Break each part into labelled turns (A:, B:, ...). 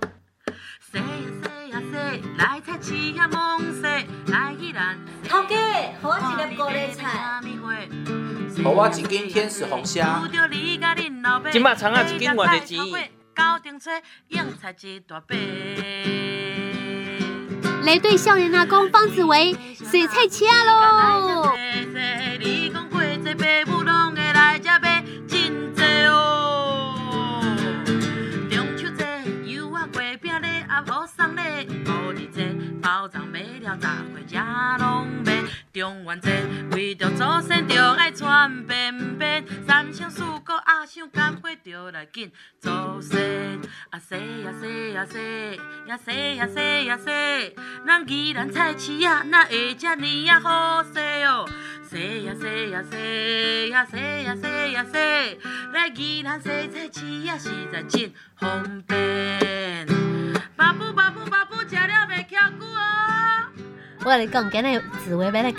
A: せいせいやせい来菜市呀忙西来宜兰。
B: 头家，给我一粒高丽菜。
A: 菜
C: 给我一斤天使红虾
D: 今摆
A: 啊
D: 葱仔一斤偌济钱
A: 高顶炊，硬菜一大杯。
E: 来对少年阿公方子维，水菜切喽！
A: 你讲过这爸母拢会来这买真济哦。中秋节柚啊月饼咧啊好送礼，五二节包粽买了十岁才拢卖。中元节为着祖先着爱穿便便，三生四果啊想干过着来紧祖先啊西啊西啊西呀西呀西呀西。咱宜兰菜市啊，哪会遮尼啊好势哦？西呀西呀西呀西呀西呀西，咱宜兰西菜市啊，实在真方便。爸母爸母爸母，食了袂翘久哦。
F: 我跟你讲，今日紫薇要来跟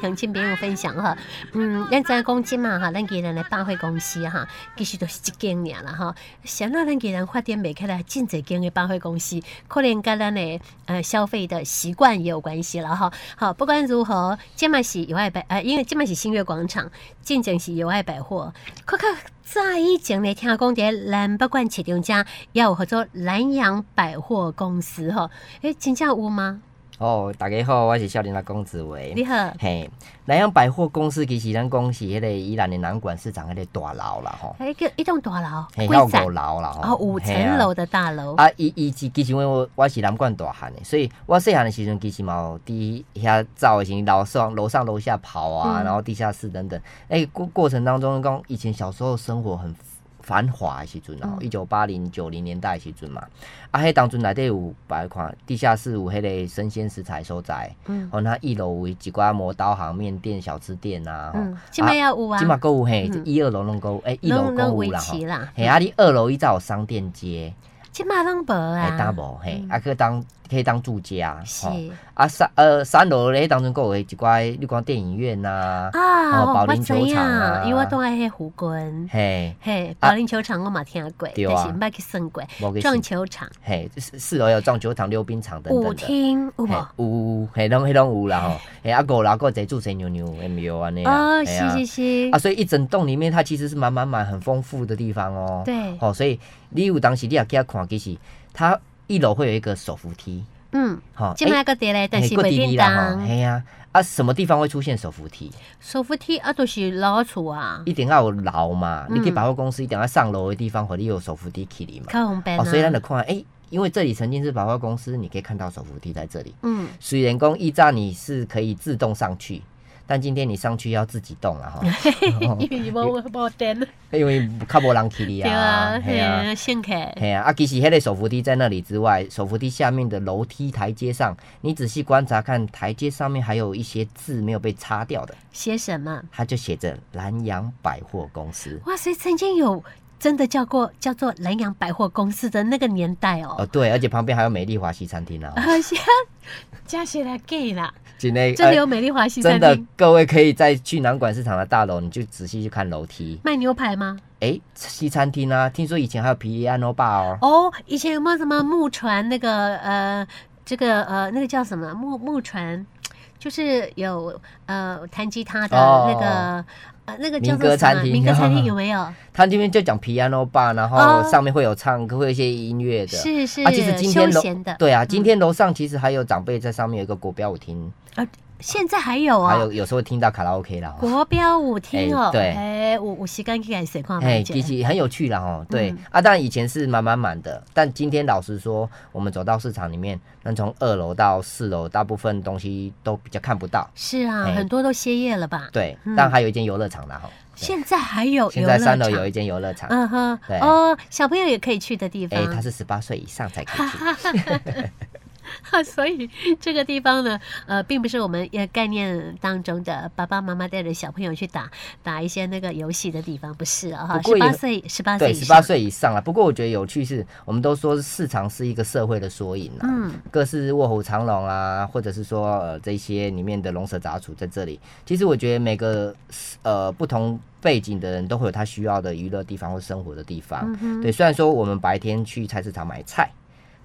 F: 乡亲朋友分享哈，嗯，咱知影讲即嘛哈，咱既然的百货公司哈，其实都是一间尔啦吼。想到咱既然发展袂起来，真侪间的百货公司，可能跟咱的呃消费的习惯也有关系了哈。好，不管如何，即嘛是友爱百呃，因为即嘛是新月广场，进前是友爱百货，可较早以前咧，听讲伫南北馆市场遮，也有合作南洋百货公司吼，诶、真正有吗？
G: 哦，大家好，我是少年阿公子维。
F: 你好。
G: 嘿，南洋百货公司其实咱讲是迄个宜兰的南管市场迄个大楼啦吼，
F: 哎，个一栋大楼，
G: 嘿，
F: 几
G: 还有
F: 层
G: 五楼啦吼，
F: 哦，五
G: 嘿啊
F: 层楼的大楼，
G: 啊，伊伊是其实因为我我是南管大汉的，所以我细汉的时阵其实嘛有伫遐走的时候，楼上楼上楼下跑啊，
F: 嗯
G: 然后地下室等等。哎、过过程当中讲以前小时候生活很繁华的时阵
F: 嗯
G: 啊，一九八零九零年代的时阵嘛，啊，迄当阵内底有摆款地下室有迄个生鲜食材所在，
F: 嗯
G: 哦，那一楼有一寡磨刀行、面店、小吃店啊，吼、
F: 嗯，今麦也有啊
G: 即，嘛购物嘿，
F: 嗯
G: 一二楼拢购物，哎、哦一楼
F: 拢
G: 购
F: 拢
G: 物
F: 维
G: 啦吼
F: 持，啦，
G: 嘿，啊，你二楼伊才有商店街，
F: 今麦拢无
G: 哎，
F: 啊，
G: 当无嘿，
F: 嗯
G: 啊，可以当可以当住家，
F: 是
G: 吼啊三呃三楼咧，当中还有一寡你讲电影院呐，
F: 啊，
G: 哦
F: 我
G: 保
F: 我
G: 龄
F: 知
G: 球
F: 影
G: 场啊，
F: 因为我都爱迄湖滚，
G: 嘿，啊
F: 嘿，保龄球场我嘛听过，但
G: 对啊
F: 是毋捌去算过，
G: 无去
F: 撞
G: 算
F: 球场、
G: 嘿，四四楼有撞球场、溜冰场等
F: 舞
G: 等的。
F: 厅哦有
G: 嘿
F: 无？
G: 有有，有嘿，拢嘿拢有啦吼，嘿，啊五楼还有一个住水牛牛，哎没有安尼啊，
F: 哦，
G: 嘿
F: 是
G: 啊
F: 是是
G: 啊，，所以一整栋里面它其实是满满满很丰富的地方哦。
F: 对
G: 哦，所以你有当时你也给他看，其实它一楼会有一个手扶梯，
F: 嗯，
G: 哈、哦，
F: 今麦个伫咧，但是
G: 过
F: 袂
G: 滴
F: 叮
G: 滴啦哈，
F: 当，
G: 嘿呀、啊，啊，什么地方会出现手扶梯？
F: 手扶梯啊都是老厝啊，
G: 一定要有楼嘛，
F: 嗯
G: 你去百货公司一定要上楼的地方，或者有手扶梯起来嘛。
F: 较方便
G: 哦，
F: 啊，
G: 所以咱就看，哎、因为这里曾经是百货公司，你可以看到手扶梯在这里。
F: 嗯，
G: 虽然讲依照你是可以自动上去，但今天你上去要自己动啊哈。
F: 因为无无电，
G: 因为较无人去你
F: 对
G: 啊
F: 啊，，
G: 嘿啊。
F: 嘿，先起，
G: 嘿啊，啊，其实迄个手扶梯在那里之外，手扶梯下面的楼梯台阶上，你仔细观察看，台阶上面还有一些字没有被擦掉的，
F: 写什么？
G: 它就写着南洋百货公司。
F: 哇塞，曾经有真的叫过叫做南洋百货公司的那个年代
G: 哦，
F: 哦，，
G: 对，而且旁边还有美丽华西餐厅啊
F: 好像加起来 gay 啦，
G: 真的，
F: 这里有
G: 呃
F: 美丽华西餐
G: 真的
F: 厅，
G: 各位可以在去南管市场的大楼，你就仔细去看楼梯。
F: 卖牛排吗？
G: 哎，西餐厅啊，听说以前还有皮利安诺巴哦。
F: 哦，以前有没有什么木船那个呃这个呃那个叫什么木木船？就是有呃弹吉他的
G: 哦
F: 那个、呃那个叫
G: 民
F: 做
G: 歌
F: 什么
G: 餐厅
F: 民歌餐厅有没 有？
G: 他这边就讲皮安诺巴，然后
F: 哦
G: 上面会有唱歌，会有一些音乐的。
F: 是是、
G: 啊，其实今
F: 休
G: 天楼
F: 闲的，嗯
G: 对啊，今天楼上其实还有长辈在上面有一个国标舞厅，
F: 现在还有啊、
G: 还有有时候会听到卡拉 OK 啦。哦
F: 国标舞厅哦，
G: 哎对
F: 哎、有有时间去给谁看
G: 哎，
F: 看？
G: 其实很有趣啦哦，对、
F: 嗯
G: 啊，当然以前是满满满的，但今天老实说，我们走到市场里面，那从二楼到四楼，大部分东西都比较看不到，
F: 是啊，
G: 哎
F: 很多都歇业了吧？
G: 对，
F: 嗯
G: 但还有一间游乐场啦哈，对
F: 现在还有
G: 现在
F: 游乐
G: 三楼
F: 场
G: 有一间游乐场，
F: 嗯哼
G: 对，
F: 哦，小朋友也可以去的地
G: 哎、它
F: 方。
G: 是十八岁以上才可以去，
F: 所以这个地方呢，呃，并不是我们呃概念当中的爸爸妈妈带着小朋友去打打一些那个游戏的地方，不是啊哈。
G: 不
F: 十
G: 过也
F: 八岁，十八岁
G: 对，
F: 以上，
G: 十八岁以上了。不过我觉得有趣是，我们都说市场是一个社会的缩影啊，
F: 嗯，
G: 各式卧虎藏龙啊，或者是说呃这些里面的龙蛇杂处在这里。其实我觉得每个呃不同背景的人都会有他需要的娱乐地方或生活的地方。
F: 嗯哼
G: 对，虽然说我们白天去菜市场买菜，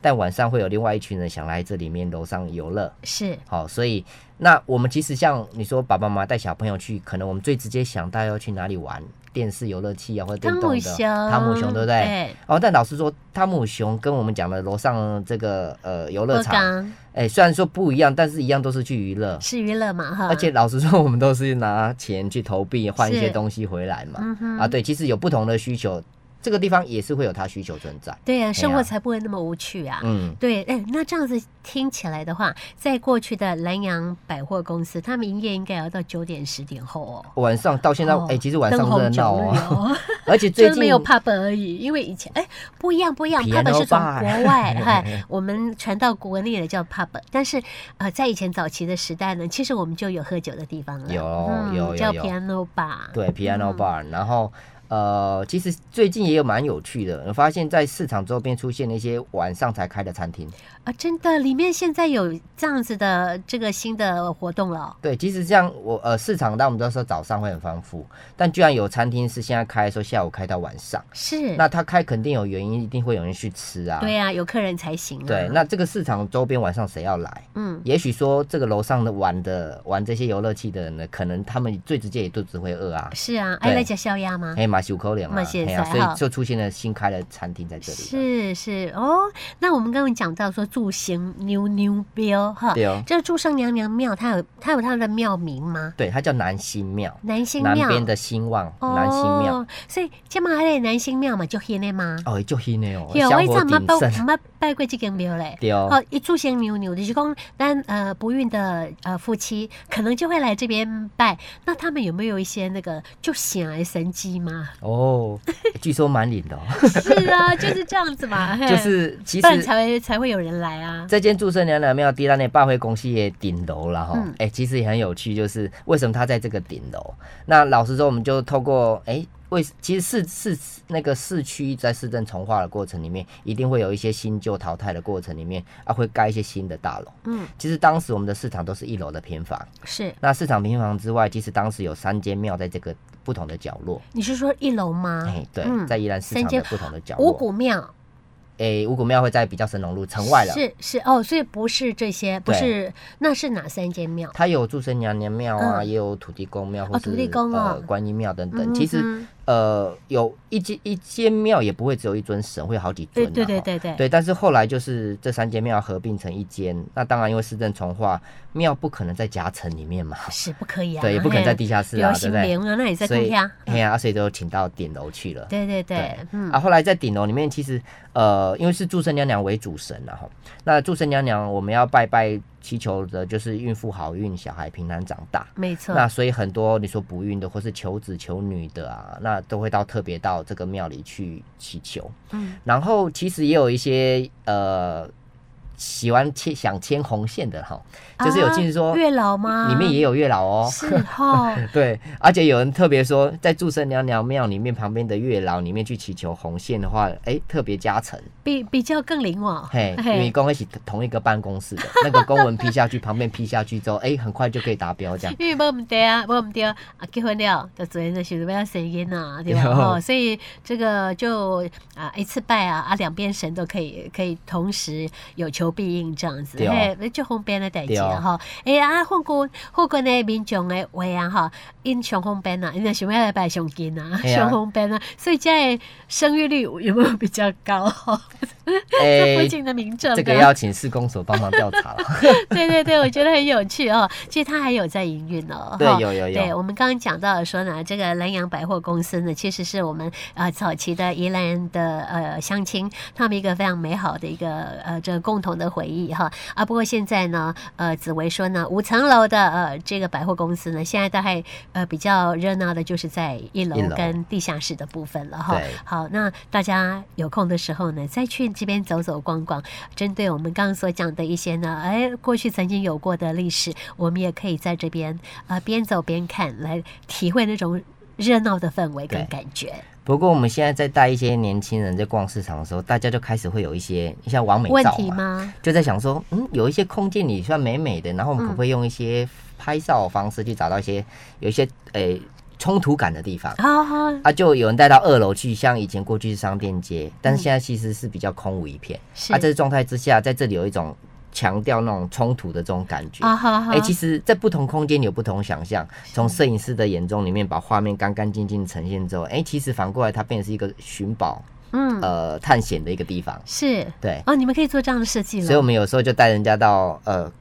G: 但晚上会有另外一群人想来这里面楼上游乐。
F: 是
G: 好、所以那我们其实像你说爸爸妈妈带小朋友去，可能我们最直接想到要去哪里玩，电视游乐器啊，或者电
F: 汤
G: 动
F: 姆
G: 的
F: 熊，
G: 汤姆熊，对不对？哦，但老实说，汤姆熊跟我们讲的楼上这个呃游乐
F: 我
G: 场，
F: 讲
G: 哎、虽然说不一样，但是一样都是去娱乐。
F: 是娱乐嘛哈，
G: 而且老实说，我们都是拿钱去投币换一
F: 是
G: 些东西回来嘛。
F: 嗯哼
G: 啊，对，其实有不同的需求，这个地方也是会有它需求存在。
F: 对啊，生活
G: 哎呀
F: 才不会那么无趣啊。
G: 嗯，
F: 对，哎，那这样子听起来的话，在过去的南洋百货公司，他们营业应该要到九点十点后哦。
G: 晚上到现在，哎、
F: 哦
G: 其实晚
F: 灯
G: 上热
F: 红
G: 闹
F: 酒绿
G: 哦，
F: 哦，
G: 而且最
F: 就是
G: 近
F: 没有 pub 而已，因为以前哎不一样不一样
G: Piano
F: ，pub 是从
G: bar
F: 国外 哎，我们传到国内的叫 pub，但是呃在以前早期的时代呢，其实我们就有喝酒的地方了，
G: 有
F: 嗯
G: 有有
F: 叫
G: 有
F: piano bar，
G: 对 piano
F: 嗯
G: bar，、然后呃，其实最近也有蛮有趣的，我发现在市场周边出现了一些晚上才开的餐厅。
F: 啊，真的里面现在有这样子的这个新的活动了哦，
G: 对，其实像我呃市场，当然我们都说早上会很丰富，但居然有餐厅是现在开说下午开到晚上，
F: 是，
G: 那它开肯定有原因，一定会有人去吃啊。
F: 对啊，有客人才行啊，
G: 对，那这个市场周边晚上谁要来？
F: 嗯
G: 也许说这个楼上的玩的玩这些游乐器的人呢，可能他们最直接也肚子会饿啊，
F: 是啊，爱
G: 对
F: 来吃宵夜吗？
G: 哎马修口脸啊，
F: 嘛是会
G: 哎呀
F: 使
G: 所
F: 哈
G: 以就出现了新开的餐厅在这里了。
F: 是是哦，那我们刚刚讲到说住行牛牛标哈，
G: 对哦，
F: 这祝圣娘娘庙，它有它有它的庙名吗？
G: 对，它叫南兴庙，
F: 南星
G: 南
F: 庙，
G: 边的兴旺，南兴庙。
F: 哦，所以这嘛还得南星庙嘛，就迄个嘛。
G: 哦，就兴的哦，
F: 有，
G: 香
F: 我以前
G: 火
F: 毋捌
G: 鼎
F: 拜，毋
G: 盛。
F: 捌拜过这间庙嘞。
G: 对哦，
F: 哦，一住行牛牛，就是讲咱呃不孕的呃夫妻，可能就会来这边拜。那他们有没有一些那个就醒来神机 吗？
G: 哦，据说蛮灵 的哦，
F: 是啊，就是这样子嘛。嘿
G: 就是其
F: 不然
G: 实
F: 才会才会有人来啊。
G: 这间祝圣娘娘庙地咱的百货公司的顶楼啦哈，哎、
F: 嗯
G: 其实也很有趣，就是为什么它在这个顶楼？那老实说，我们就透过哎、为其实市市那个市区在市政重化的过程里面，一定会有一些新旧淘汰的过程里面啊，会盖一些新的大楼。
F: 嗯，
G: 其实当时我们的市场都是一楼的平房，
F: 是，
G: 那市场平房之外，其实当时有三间庙在这个不同的角落。
F: 你是说一楼吗？
G: 哎、对，
F: 嗯
G: 在宜兰市
F: 三
G: 场
F: 间
G: 的不同的角落。
F: 五谷庙。
G: 诶，五谷庙会在比较神农路城外了。
F: 是是哦，所以不是这些，不
G: 对
F: 是那是哪三间庙？
G: 它有祝生娘娘庙啊，
F: 嗯
G: 也有土地公庙，或
F: 哦
G: 是、
F: 土地公哦
G: 呃观音庙等等。
F: 嗯
G: 其实
F: 哼
G: 呃，有一间一间庙也不会只有一尊神，会有好几尊、
F: 对对
G: 啊。
F: 对
G: 哈
F: 对对，
G: 对，但是后来就是这三间庙合并成一间，那当然因为市政重化，庙不可能在夹层里面嘛，
F: 是不可以啊，
G: 对，也不可能
F: 嘿
G: 在地下室
F: 流
G: 啊，对
F: 行
G: 不对
F: 名？啊，那你在
G: 所
F: 空
G: 以，
F: 下，
G: 哎呀、啊所以就请到顶楼去了。
F: 对对对，嗯
G: 啊，后来在顶楼里面，其实呃，因为是祝生娘娘为主神然、啊、后那祝生娘娘我们要拜拜祈求的就是孕妇好运，小孩平安长大。
F: 没错，
G: 那所以很多你说不孕的或是求子求女的啊，那都会到特别到这个庙里去祈求。
F: 嗯，
G: 然后其实也有一些呃喜欢牵想牵红线的哈，就是有进去说、
F: 啊月老吗？
G: 里面也有月老哦。
F: 是哈，
G: 对，而且有人特别说，在祝生娘娘庙里面旁边的月老里面去祈求红线的话，哎、特别加成，
F: 比比较更灵哦，
G: 嘿，因为公一起同一个办公室的那个公文批下去，旁边批下去之后，哎、很快就可以达标这样。
F: 因为无毋对啊，无毋对啊，结婚了，就昨天就想要生囡仔，对吧？
G: 对
F: 哦，所以这个就啊一次拜啊啊两边神都可以可以同时有求必应这样子，
G: 对哦
F: 嘿，那就方便的代志
G: 对
F: 啊
G: 哦
F: 吼。哎啊，后官后官的民众的话啊吼，因上方便啊，因若想要来拜上金啊，
G: 嘿啊
F: 上方便啊，所以这的生育率有没有比较高？ 这附
G: 哎、
F: 近的民众啊，
G: 这个要请市公所帮忙调查 了。
F: 对对对，我觉得很有趣哦。其实它还有在营运哦，
G: 对
F: 哈
G: 有有有
F: 对我们刚刚讲到了说呢，这个南洋百货公司呢，其实是我们呃早期的宜兰人的呃乡亲，他们一个非常美好的一个呃这个共同的回忆哈啊。不过现在呢，呃，紫薇说呢，五层楼的呃这个百货公司呢，现在大概呃比较热闹的就是在一楼
G: 一楼
F: 跟地下室的部分了哈
G: 对。
F: 好，那大家有空的时候呢，再去这边走走逛逛，针对我们刚刚所讲的一些呢，哎，过去曾经有过的历史，我们也可以在这边啊、呃边走边看，来体会那种热闹的氛围跟
G: 对
F: 感觉。
G: 不过我们现在在带一些年轻人在逛市场的时候，大家就开始会有一些像王美啊
F: 问
G: 照
F: 题
G: 嘛，
F: 吗？
G: 就在想说，嗯，有一些空间里
F: 嗯
G: 算美美的，然后我们可不可以用一些拍照的方式去找到一些有一些诶、冲突感的地方。
F: 好好，
G: 啊，就有人带到二楼去，像以前过去是商店街，但是现在其实是比较空无一片。
F: 是
G: 啊，这个状态之下，在这里有一种强调那种冲突的这种感觉。
F: 啊哈哈
G: 哎、其实，在不同空间有不同想象。从摄影师的眼中里面把画面干干净净呈现之后，哎、其实反过来它变成是一个寻宝、
F: 嗯，
G: 呃探险的一个地方。
F: 是
G: 对，
F: 哦，你们可以做这样的设计
G: 所以我
F: 了。
G: 们有时候就带人家到呃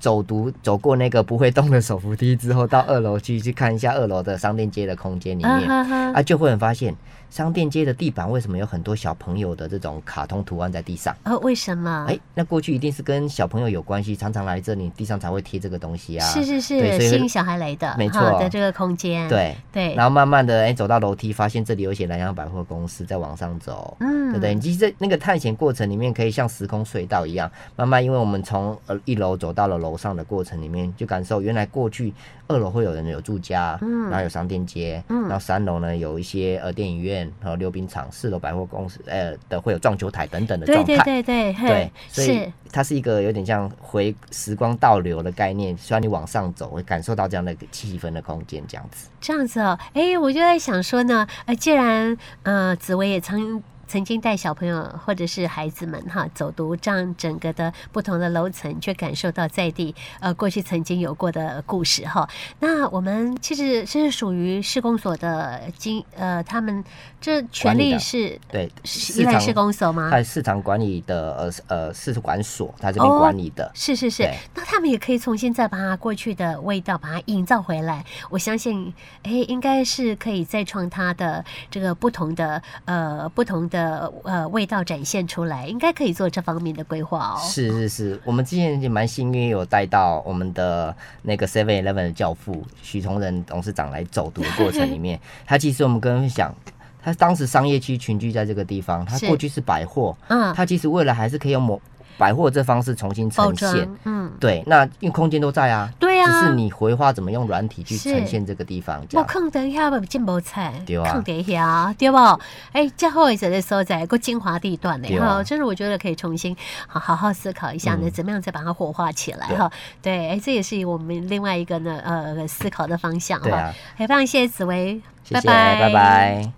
G: 走读走过那个不会动的手扶梯之后，到二楼去去看一下二楼的商店街的空间里
F: 啊
G: 面。
F: 哈哈，
G: 啊，就会很发现商店街的地板为什么有很多小朋友的这种卡通图案在地上？
F: 哦，为什么？
G: 哎、那过去一定是跟小朋友有关系，常常来这里地上才会贴这个东西啊。
F: 是是
G: 对
F: 是，
G: 所以
F: 吸
G: 会
F: 引小孩来的，
G: 没
F: 哈
G: 错
F: 的这个空间，
G: 对。
F: 对，
G: 然后慢慢的，哎、走到楼梯，发现这里有写南洋百货公司，再往上走，
F: 嗯
G: 对不对？你其实在那个探险过程里面，可以像时空隧道一样，慢慢，因为我们从呃一楼走到了楼上的过程里面，就感受原来过去二楼会有人有住家，
F: 嗯
G: 然后有商店街，
F: 嗯
G: 然后三楼呢有一些呃电影院和溜冰场，四楼百货公司，呃的会有撞球台等等的
F: 对
G: 状态，
F: 对对对，
G: 对
F: 嘿，
G: 所以
F: 是
G: 它是一个有点像回时光倒流的概念，虽然你往上走，会感受到这样的一个气氛的空间，这样子。
F: 这样子哦。哎，我就在想说呢，呃，既然呃，紫薇也曾曾经带小朋友或者是孩子们哈走读这样整个的不同的楼层，去感受到在地呃过去曾经有过的故事哈。那我们其实这是属于市公所的经呃，他们这权
G: 管理
F: 利
G: 的
F: 是
G: 对，
F: 是依赖市公所吗？
G: 它市场管理的呃呃市管所，它这边管理的。
F: 是是是
G: 对，
F: 那他们也可以重新再把它过去的味道把它营造回来。我相信，哎，应该是可以再创它的这个不同的呃不同的呃味道展现出来，应该可以做这方面的规划哦。
G: 是是是，我们之前也蛮幸运，有带到我们的那个 Seven Eleven 的教父许崇仁董事长来走读的过程 里面，他其实我们跟分享，他当时商业区群聚在这个地方，他
F: 是
G: 过去是百货，
F: 嗯，
G: 他其实未来还是可以用某百货这方式重新
F: 包
G: 呈现
F: 装，，嗯，
G: 对，那因为空间都在啊，
F: 对啊
G: 只是你回话怎么用软体去
F: 是
G: 呈现这个地方，这
F: 我
G: 样
F: 空哦等一下吧，进无菜，
G: 啊对啊
F: 空等一下，对不？哎，这好一个的所在，个精华地段呢
G: 对，啊
F: 哈，真是我觉得可以重新好好好思考一下呢，
G: 嗯
F: 怎么样再把它火化起来
G: 对啊
F: 哈？对，哎，这也是我们另外一个呢呃思考的方向
G: 对
F: 哈。
G: 啊，
F: 哎，非常谢谢紫薇，
G: 谢谢，拜拜